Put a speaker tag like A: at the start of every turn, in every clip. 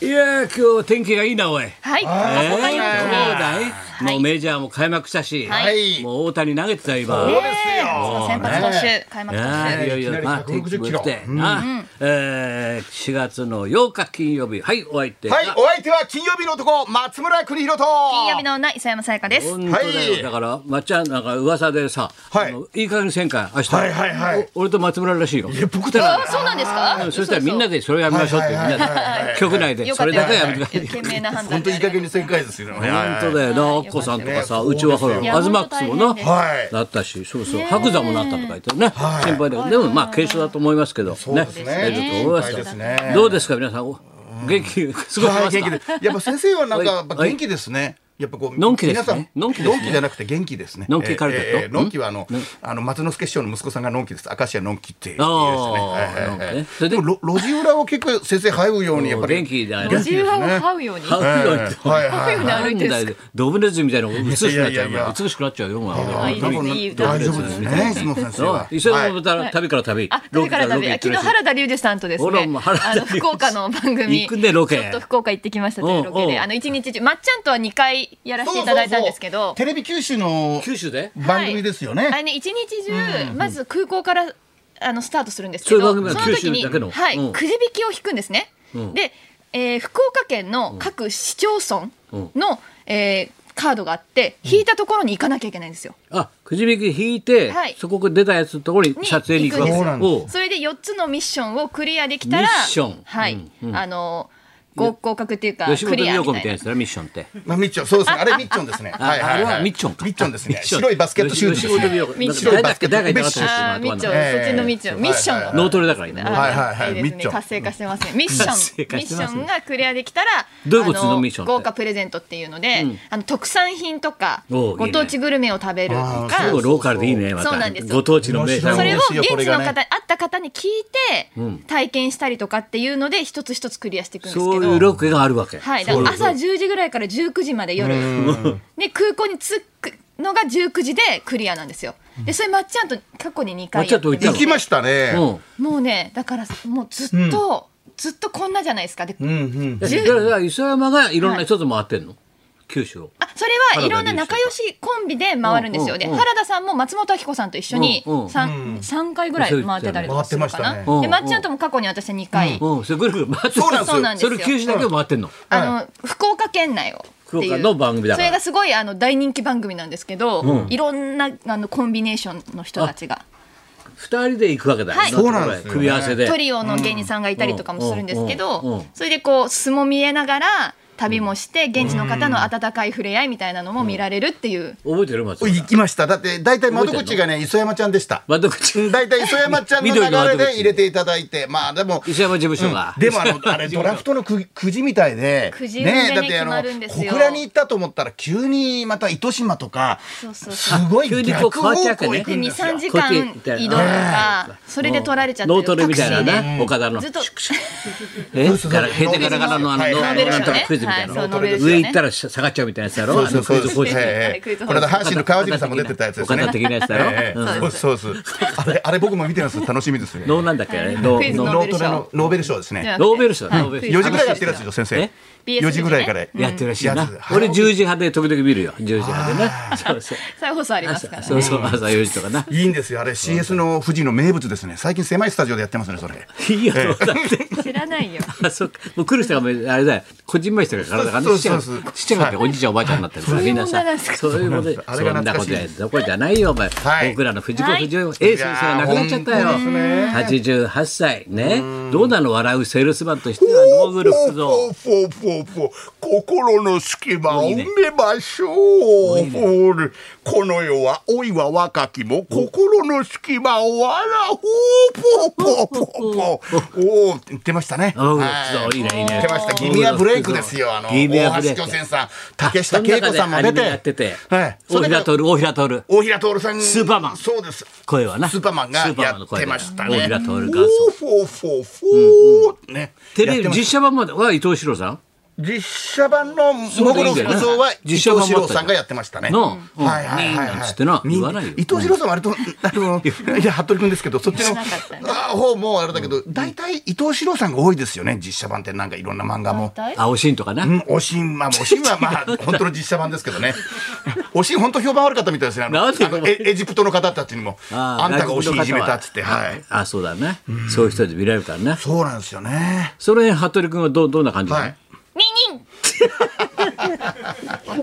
A: いやー今日天気がいいなおい。
B: はい、
A: えー、どう
B: ポカポカ陽気
A: だい、もうメジャーも開幕したし、
C: はい
A: もう大谷投げてたよ今。
C: そう
A: ね
C: です
B: そう
C: よ。
B: 先発投手、開幕投
A: えい
B: 手。
A: よいよ
C: いき
A: ま
C: な
A: あ
C: り
A: 天気も良くて
C: 160キロ
A: な、えー、4月の8日金曜日はいお相手が
C: はい、お相手は金曜日の男、松村邦洋と。
B: 金曜日の女、磯山さやかです。
A: 本当だよ、
C: はい
A: だからまっちゃんなんか噂でさ、
C: はい
A: あのいい加減にせんか明日、
C: はいはいはい
A: お俺と松村らしいよ
C: え、僕だ
B: あ、。そうなんですか。
A: そしたらみんな
B: で。
A: でそれをやめましょうってみん
C: はいはいはい
A: なで局内で
B: よか
A: そ
B: っ
A: れ
B: たよ
A: だけ
B: か
A: はやめ
B: っ
A: てください
B: た。懸命な判断。
C: 本当いい加減に旋回ですよね。
A: 本当だよな、アッコさんとかさ、うちはほら、
B: いや
A: 東マックスも
B: 本当大変です
A: な、
C: はい
A: なったし、そうそう、白山もなったとか言ってね、心配だけど、でもまあ軽症だと思いますけど、ね、
C: そうですね
A: 大丈夫と思います
C: 心配です
A: か
C: ね
A: ら。どうですか、皆さん、お元気、過ごし
C: は
A: ま
C: い、
A: す
C: 元気
A: か
C: で。やっぱ先生はなんか、
A: はい
C: やっぱ元気ですね。やっぱこう、
A: のんきですね
C: 皆さん
A: のんきですね
C: のんきじゃなくて元気ですね。
A: のんきカルテット
C: えーえーのんきはあの、あの松之助師匠の息子さんがのんきです。明石家のんきっていうですね。
A: あ
C: はい
A: ー
C: はいはい
A: のんきねそれで
C: でもろ路地裏を結構先生這うようにやっぱり。
A: 元気だよ
B: 路
A: ね。
B: 地裏を這うように。
A: は
C: はいはいはい
B: はい
A: なんだよ、ドブネズミみたいなの美しくなっ
C: い
A: ちゃ
C: や
A: う
C: いやいや
A: 美しくなっちゃうよ、お前
B: あいいですねいい歌
C: 大丈夫ですね、磯野先生は。
A: 伊勢
C: はい
A: の豚、旅から旅。
B: あ、旅から旅、
A: ロケロケ
B: 昨日
A: 行ってる
B: 原田龍二さんとです
A: ほら
B: ね
A: もう原、田
B: あ
A: 龍
B: の
A: 二
B: 福岡の番組。
A: 行くねロケ
B: ちょっと福岡行ってきましたというロケ
A: うんう
B: で、
A: ん
B: あの一日中、まっちゃんとは二回やらせていただいたんですけ
C: そうそうそう
B: ど。
C: テレビ九州の
A: 九州で
C: 番組ですよね。
B: あれね、一日中、まず空港から。あのスタートするんですけ
A: そうい
B: ど、
A: う番組は
B: その時
A: 九
B: に
A: 州だけの
B: はい、
A: うん
B: くじ引きを引くんですね。で、えー福岡県の各市町村の、えーカードがあって、引いたところに行かなきゃいけないんですよ。
A: あ、くじ引き引いて
B: はい、
A: そこから出たやつのところに撮影に行くわけ
B: に行
C: くんですよ
A: おう
B: それで4つのミッションをクリアできた
A: ミ
B: ら、
A: ッション
B: はい、あの合合格っていうか
A: 吉
B: ク
A: 本美
B: リア
A: 代子
B: み
A: み
B: た
A: たいないやつだなミッションって
C: まあ、ミッチョン、そうですね。あれミッチョンですね。
A: あ
C: はいはい、は
A: あ
C: い。
A: れはミッチョンか
C: ミッチョンですね。
A: ミッチョン
C: 白いバスケットシューズ
A: 吉
C: です
A: 本
C: ね。
A: 美容
B: ミッション
A: 誰だっけ誰がいたかと思
B: な。あー
A: って
B: ミ
A: 今
B: ッ
A: 頭の中
B: チョン、
C: ええ
B: そっちのミッション、
C: はい
B: ミッションが、
A: 脳トレだから今
B: あー
C: はいはい
B: で
C: はい
B: すね
C: ミッション
B: 活性化してますね。ミッシ
A: 活性
B: ョン、
A: 化
B: ミッ
A: して
B: シ
A: ますね
B: ョンがクリアできたら、
A: どういうこと
B: あ
A: そのミッションって
B: 豪華プレゼントっていうので、
A: ん
B: あの特産品とか
A: おういい
B: ご
A: ね
B: 当地グルメを食べると
C: あ
B: か
C: ー、
A: 結構ローカルでいいねま
B: そうな
A: た
B: んですよ
A: ご当地の名
C: 面
A: 産
B: それを
A: を
C: 白い
B: 現地の
C: これが
B: 方、
C: ね
B: 会った方に聞いて体験したりとかっていうので一つ一つクリアしていくんですけど。
A: そういうロケがあるわけ
B: はい、だから朝10時ぐらいから19時まで夜で空港に着くのが19時でクリアなんですよでそれまっちゃんと過去に2回やって
A: まっちゃんと
C: 行きましたね。
A: うん
B: もうねだからもうずっと、ずっとこんなじゃないですかで、
C: うん
A: えだから磯山がいろんな人と回ってんの九州を
B: あそれはいろんな仲良しコンビで回るんです
A: うんう
B: よ
A: ん
B: で
A: うん
B: 原田さんも松本明子さんと一緒に
A: うんうん
B: 3, 三回ぐらい回ってたりとかするかな、
C: 回ってました
A: ね
B: でまっちゃんとも過去に私は2回、
A: うんそれぐるぐる回ってる
C: そうなんですよそう
B: なんですよ
A: それ九州だけ回ってんの
B: あの、福岡県内をっていう
A: 福岡の番組だから
B: それがすごいあの大人気番組なんですけど、いろんなあのコンビネーションの人たちが
A: 二人で行くわけだよ
B: はい
A: だってこれ
C: そうなんですよね
A: 組み合わせで
B: トリオの芸人さんがいたりとかもするんですけど、
A: うんうんうんうん
B: それでこう素も見えながら旅もして現地の方の温かい触れ合いみたいなのも見られるっていう、
A: 覚えてる松
C: 行
A: 村
C: きました。だって、大体窓口がね、磯山ちゃんでした。
A: 窓口
C: 大体磯山ちゃんの流
A: 緑の窓
C: れ
A: 口
C: で入れていただいて、まあでも、
A: 磯山事務所が
C: でもあの、 あれ、ドラフトのくくじみたいで、
B: くじ運でね
C: だって
B: 決
C: あ
B: ま
C: の
B: るんで、す
C: 小
B: よ
C: 倉に行ったと思ったら、急にまた糸島とか、
B: そうそうそう
C: すごい
A: 急にこう
C: 逆
A: 変わ
C: 方
A: っちゃうわけ
C: 向
A: ね
C: 行く
B: で
C: んです
B: 23
C: よ。
B: 時
A: こっち
B: 間
A: みたいな
B: 移動とかそれで取られちゃってる
A: ノートレみたいな
B: タクシーで
A: ね岡田の
B: ずっと
A: え
C: そうそう
A: ガラ閉店ガラガラのあの
C: はい
A: ノ
C: は
A: ー
C: い
A: ベルなんとかクイズみたいな
B: は
A: い
B: そうノーベル賞ね
A: 上行ったら下がっちゃうみたいなやつだろ
C: そうそうそう
A: あのクイズ方式
C: ええええこれだ阪神の川尻さんも出てたやつですね
A: 岡田的なやつだろ
C: ええ
A: うん
C: そうそうそうあれあれ僕も見てます楽しみですね
A: ノーなんだっけあれノ
B: クイ
A: ー
B: ズ
A: ノー
B: の
C: ノートレのノーベル賞です
B: じゃ
C: ね
B: あ
A: ノーベル賞だ
B: はい
A: ノーベル賞
C: 4時ぐらいやってるやつですよ先
A: え
C: 生
B: BS
C: 4時ぐらいから
A: やってるらしいな
C: やつ
A: 俺10時派で時々見るよ10時派でねそうそう
B: 再放送ありますからね
A: そうそう朝4時とか ない
C: いんですよあれ CS の富士の名物ですね最近狭いスタジオでやってますねそれ
A: いいよどうだって
B: 知らないよ
A: あそっかもう来る人がもうあれだよこじんまりしてるから体がね
C: そう
A: ちっちゃく
C: そうそう
A: ちっちゃくなって
C: は
A: おじいちゃんおばあちゃんになってるからみんなさ
B: そういう問題なんで
A: そういう
B: すか
A: ことで
C: あれが
A: そんな
C: 懐
A: こ
C: か
A: と
C: しい
A: やどこじゃないよお前
C: はい
A: 僕らの藤子
B: はい
A: 不二雄 A 先生が亡くなっちゃったよ
C: いやー本当ですね
A: 88歳ねどうなの笑うセールスマンとしてはノーグルフ
C: フ
A: 像
C: ォーフォーフォーフォー心の隙間を埋めましょうフォールこの世は老いは若きも心の隙間を笑おうフォーフォーフォーフォーおー出ましたね
A: ノーグル
C: は
A: フ像いいねいい
C: 言
A: ね
C: ってました。ギミアブレイクですよ。あの、
A: ギミアブ
C: 大
A: レイ
C: 橋
A: ク
C: 巨泉さん、竹下恵子さんも
A: その中でア
C: 出
A: ニメやって
C: て、
A: て
C: はい
A: 大平徹大平徹
C: 大平徹さん、
A: スーパーマン
C: そうです。
A: 声はな
C: スーパーマンが
A: スーパーマ
C: や
A: ンの
C: っ
A: 声
C: て
A: で
C: ました
A: 大
C: ね。
A: 平徹元
C: フォ
A: 祖
C: ーフォーフォーフォーね。
A: テレ
C: やって
A: ビ
C: ま
A: 実
C: し
A: 写版までは伊藤四郎さん
C: た実写版の
A: そう
C: 僕
A: でいい
C: の
A: んだよ
C: 服
A: ね
C: 装は伊藤
A: 実写版
C: 四
A: もあったよ
C: 郎さんがやってましたね。
A: なあうん
C: はいはいはい
A: にな
C: は
A: ん
C: い。
A: つってな言わないよ
C: 伊藤四郎さんはあれと、あの、いや、服部君ですけど、そっちの
B: 知らなかったね
C: あ方もあれだけど、大体伊藤四郎さんが多いですよね、実写版ってなんかいろんな漫画も。
B: 大体
A: 青信とかな、
C: うん、おしん、まあ、おしんはま あ、本当の実写版ですけどね。おしん、本当評判悪かったみたいですね。あの
A: なんで
C: あのエエジプトの方たちにも、
A: あ
C: あ
A: あ
C: んたがおしんいじめたっつって、
A: 外国の方は
C: はい。
A: あそうだね、そういう人で見られるからね
C: そうなんですよね。
A: それ服部君はどうどんな感じなの、
C: はい。
B: ニンニン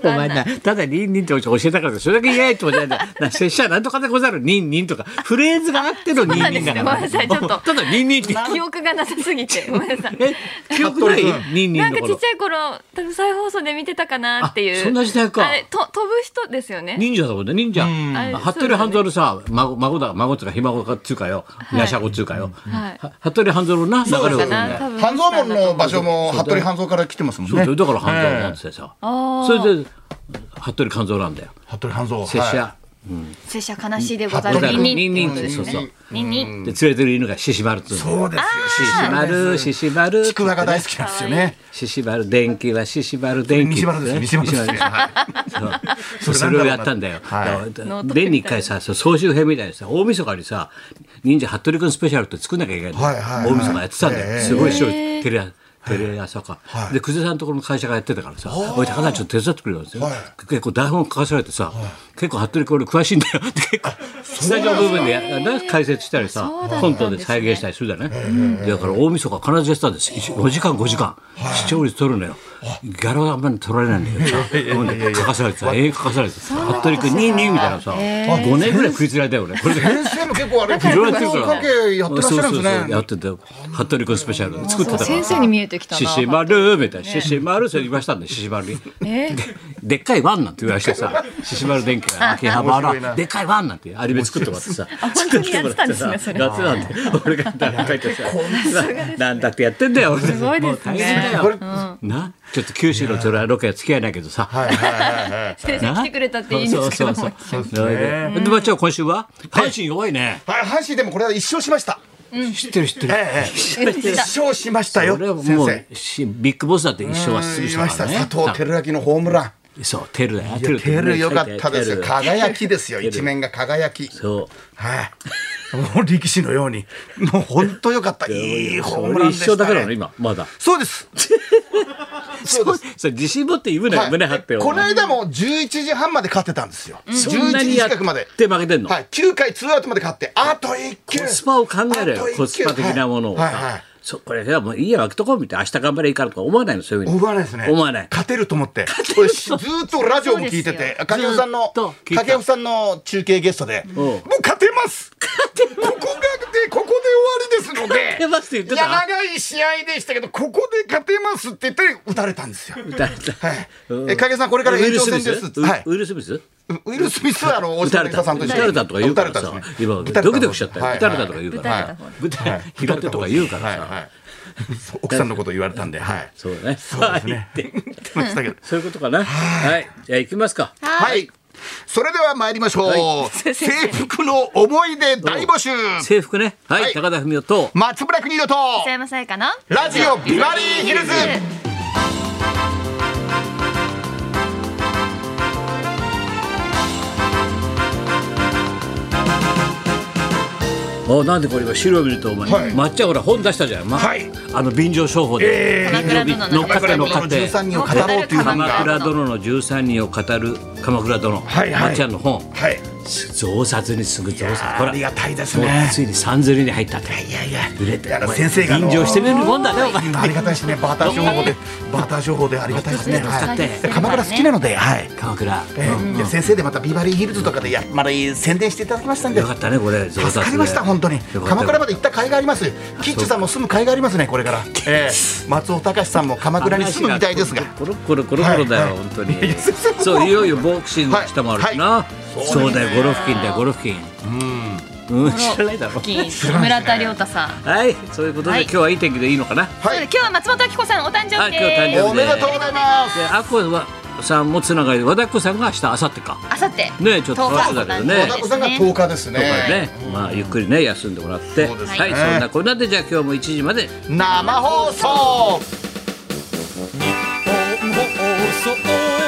A: お前な、ただニンニンって教えたからそれだけ言えってことじゃない。な拙者はなんとかでござる、ニンニンとか、フレーズがあってのニンニンだか
B: そうな
A: ら。
B: んですねごめんなさいちょっと
A: ただニンニンって。
B: 記憶がなさすぎてごめんなさい
A: え、記憶ない
C: 服部君
A: ニンニ
B: な
A: ン
B: ん
A: のこ
B: かちっ
A: と
B: ち。ゃい頃多分再放送で見てたかなっていう
A: あそんな時代か
B: あれと飛ぶ人ですよね
A: 忍者だもんね、忍者。
B: あれ
A: 服部半蔵さ、孫、孫だ、孫つうか、ひ孫かっつうかよ、
B: い
A: やしゃこっつうかよ。
B: はい
A: は服部半蔵のな、流れ
C: そう
A: を
C: だ
A: ね。
B: な多分
C: 半蔵門の場所も服部半蔵から来てますもん
A: そう
C: ね。
A: そうだから半蔵なん
C: え
A: ですよさ。
B: あー
A: それで、服部半蔵なんだよ。
C: え服部半蔵。
A: 拙者。
B: 拙者悲しいでござ
C: あ
B: る
C: ござる
B: ニンニン
A: ニンニン
B: ってことですね
A: そうそう
B: ニンニン
A: で、連れてる犬が獅子丸っつうの。
C: そうですよ。
A: 獅子丸、獅子丸。
C: ちくわが大好きなんですよね。
A: シシバル電気はシシバル電気、
C: 西丸ですよ。西丸ですよ。はい
A: そう
C: そ
A: そ
C: れなんだろう
A: れ
C: な
A: をやったんだよ。
C: は
A: だから年に一回さ、そう総集編みたいにさ、大晦日にさ、忍者服部君スペシャルって作んなきゃいけないんだよ。
C: はいはいはい
A: 大晦日やってたんだ
C: え
A: よ。
C: え
A: すごい白いテレテレ朝か、
C: はい
A: で久世さんのところの会社がやってたからさ「おい高田ちょっと手伝ってくれよ」んですよ、
C: はい
A: 結構台本書かされてさ、結構服部君俺詳しいんだよって結構スタジオ部分でやな解説したりさ
B: そうだったんです
A: コ
B: ね
A: ントで再現したりするじゃないだから大晦日必ずやってたんです5時間5時間視聴率取るのよギャラはあんまり取られないんだけどさほんで書かされてさ絵書かされてさ服部君ニンニンみたいなさ5年ぐらい食いつられたよ俺これで
C: 先生も結構あれ、
A: いろいろやって
C: 関
A: るから
C: 係やってらっしゃるんです
A: そうそうそう
C: ね
A: や。ってたよ服部君スペシャル作ってたから
B: 先生に見えてきたな
A: シシマルみたいなシシマルそれ言いましたんでシシマルに
B: え
A: でっかいワンなんて言われて さ、獅子丸電機が秋葉
C: 面白い
A: 原、
C: な
A: でっかいワンなんてアニメ作ってもらってさ、
B: 本当にやってたんですねそれ
A: やってたんで、俺が書いてさ、なんだってやってんだよ、俺す
B: ごいですね
A: よ。な、ちょっと九州のトラロケは付き合えないけど さ、
C: はいはいはいはい。
B: 先生
A: な
B: 来てくれたっていいんですけど
A: そ
B: も
A: うそうそう。
C: ど
A: そ
C: も
A: れで、でまあじゃあ今週は阪神弱いね。
C: はい阪神でもこれは一勝しました。
A: 知ってる知ってる。
C: ええ一勝しましたよ。
A: 俺は
C: 先
A: もう
C: 生。
A: しビッグボスだって一生はす
C: 言
A: ぐ
C: い
A: した
C: まし
A: か
C: た
A: らね。
C: 佐藤輝明のホームラン。
A: そうテルだよ。
C: いやテル良かったですよ。
A: テル
C: 輝きですよ。一面が輝き。
A: そう。
C: はい。もう力士のように。もう本当良かった。いいホームランでした、ね。
A: 俺一生だけなの今まだ。
C: そうです。そうです。
A: それ自信持って言うなよ、胸張ってよ。
C: この間も11時半まで勝ってたんですよ。
A: そんな
C: 11時
A: にやっ
C: 近くまで。
A: て負けてんの、
C: はい、9回ツーアウトまで勝って、あと1球。
A: コスパを考えろよ
C: あと一、球
A: コスパ的なものをさ。
C: はいはいはい
A: そこれじゃあもういいや、分けとこうみたいな、明日頑張れいいからとか思わないの、そういうふうに。
C: 思わないですね。
A: 思わない。
C: 勝てると思って。これずーっとラジオも聞いて
B: そうで
C: て、影尾さんの
A: ずーっと聞いた
C: 影尾さんの中継ゲストで、
A: ん
C: もう勝てます。ここがでここで終わりですので。
A: 勝てますって言ってた
C: いや長い試合でしたけどここで勝てますって言って打たれたんですよ。
A: 歌った
C: はい。え影尾さんこれから延長戦です。
A: ウ
C: はい。
A: ウイルスミス
C: ウィル・スミスはあの大
A: 打た
C: 島
A: れ
C: 渚
A: た
C: さん
A: 打
C: と一緒
A: たれたとか言うから
C: 打た
A: さ
C: れたんですね
A: 今
C: 打たれた
A: ドキドキしちゃったよ
C: はい
A: 打たれたとか言うから
C: はい
A: さ 打たれ拾ってとか言うから
C: はい
A: さ
C: はい奥さんのこと言われたんで、はい。
A: そうね
C: そうです
A: はい
C: ね。
A: って
C: 言ってましたけど。
A: そういうことかなはいじゃあ行きますか
C: はい。それでは参りましょう。
A: は
C: 制服の思い出大募集。
A: 制服ねは
C: はいい
A: 高田文夫と
C: 松村邦洋と
B: 磯山さやかな
C: ラジオビバリーヒルズ。
A: あなんでこれ今資料見るとお前
C: はい
A: 抹茶ほら本出したじゃんま
C: はい
A: あの便乗商法で
B: 鎌倉殿の
A: 乗っかって乗っかって
C: 13人を語ろうという漫
A: 鎌
C: 画。
A: 倉殿の13人を語る鎌倉殿、
C: はいはい
A: まっちゃんの本
C: はい。
A: 増刷に次ぐ増刷ほら
C: ありがたいです
A: もう
C: ね。
A: ついに三ゼリに入ったって
C: いやいや、
A: 売れて
C: あの先生があの
A: 便乗してみるもんだねお前
C: ありがたいですね。バーター情報で、バーター情報でありがたいですね。
A: 使
C: は
A: って
C: い。鎌倉好きなので、はい。
A: 鎌倉、
C: えーで先生でまたビバリーヒルズとかでやまだ宣伝していただきましたんで
A: よかったねこれ増刷
C: 助かりました本当に鎌倉まで行った甲斐がありますキッチさんも住む甲斐がありますねこれから、えー松尾隆さんも鎌倉に住むみたいですが
A: コロコロコロコロだよ、
C: はいはい
A: 本当に
C: いや先生
A: そういよいよボクシングしてもあるしな、
C: はいはい
A: そ
C: そううだ
A: だよ
C: よね
A: ゴロフキンだよゴロフキンうん、うん、知らないだろ
B: 村田亮太さん
A: はいそういうことで、
B: はい
A: 今日はいい天気でいいのかな
B: そ
C: は
B: うで
C: い
B: す今日は松本明子さんお誕生日
A: はい今日誕生日
B: です
A: で
C: おめでとうございます
A: でアッコはさんもつながりで和田アッコさんが明日明後日か
B: あさって
A: ねえちょっと楽しみだけどね
C: 小田子さんが10日ですね
A: ね、まあゆっくりね休んでもらって、
C: そうです
A: は
C: ね
A: い、そんなこんなでじゃあ今日も1時まで
C: 生放送日本
A: 放送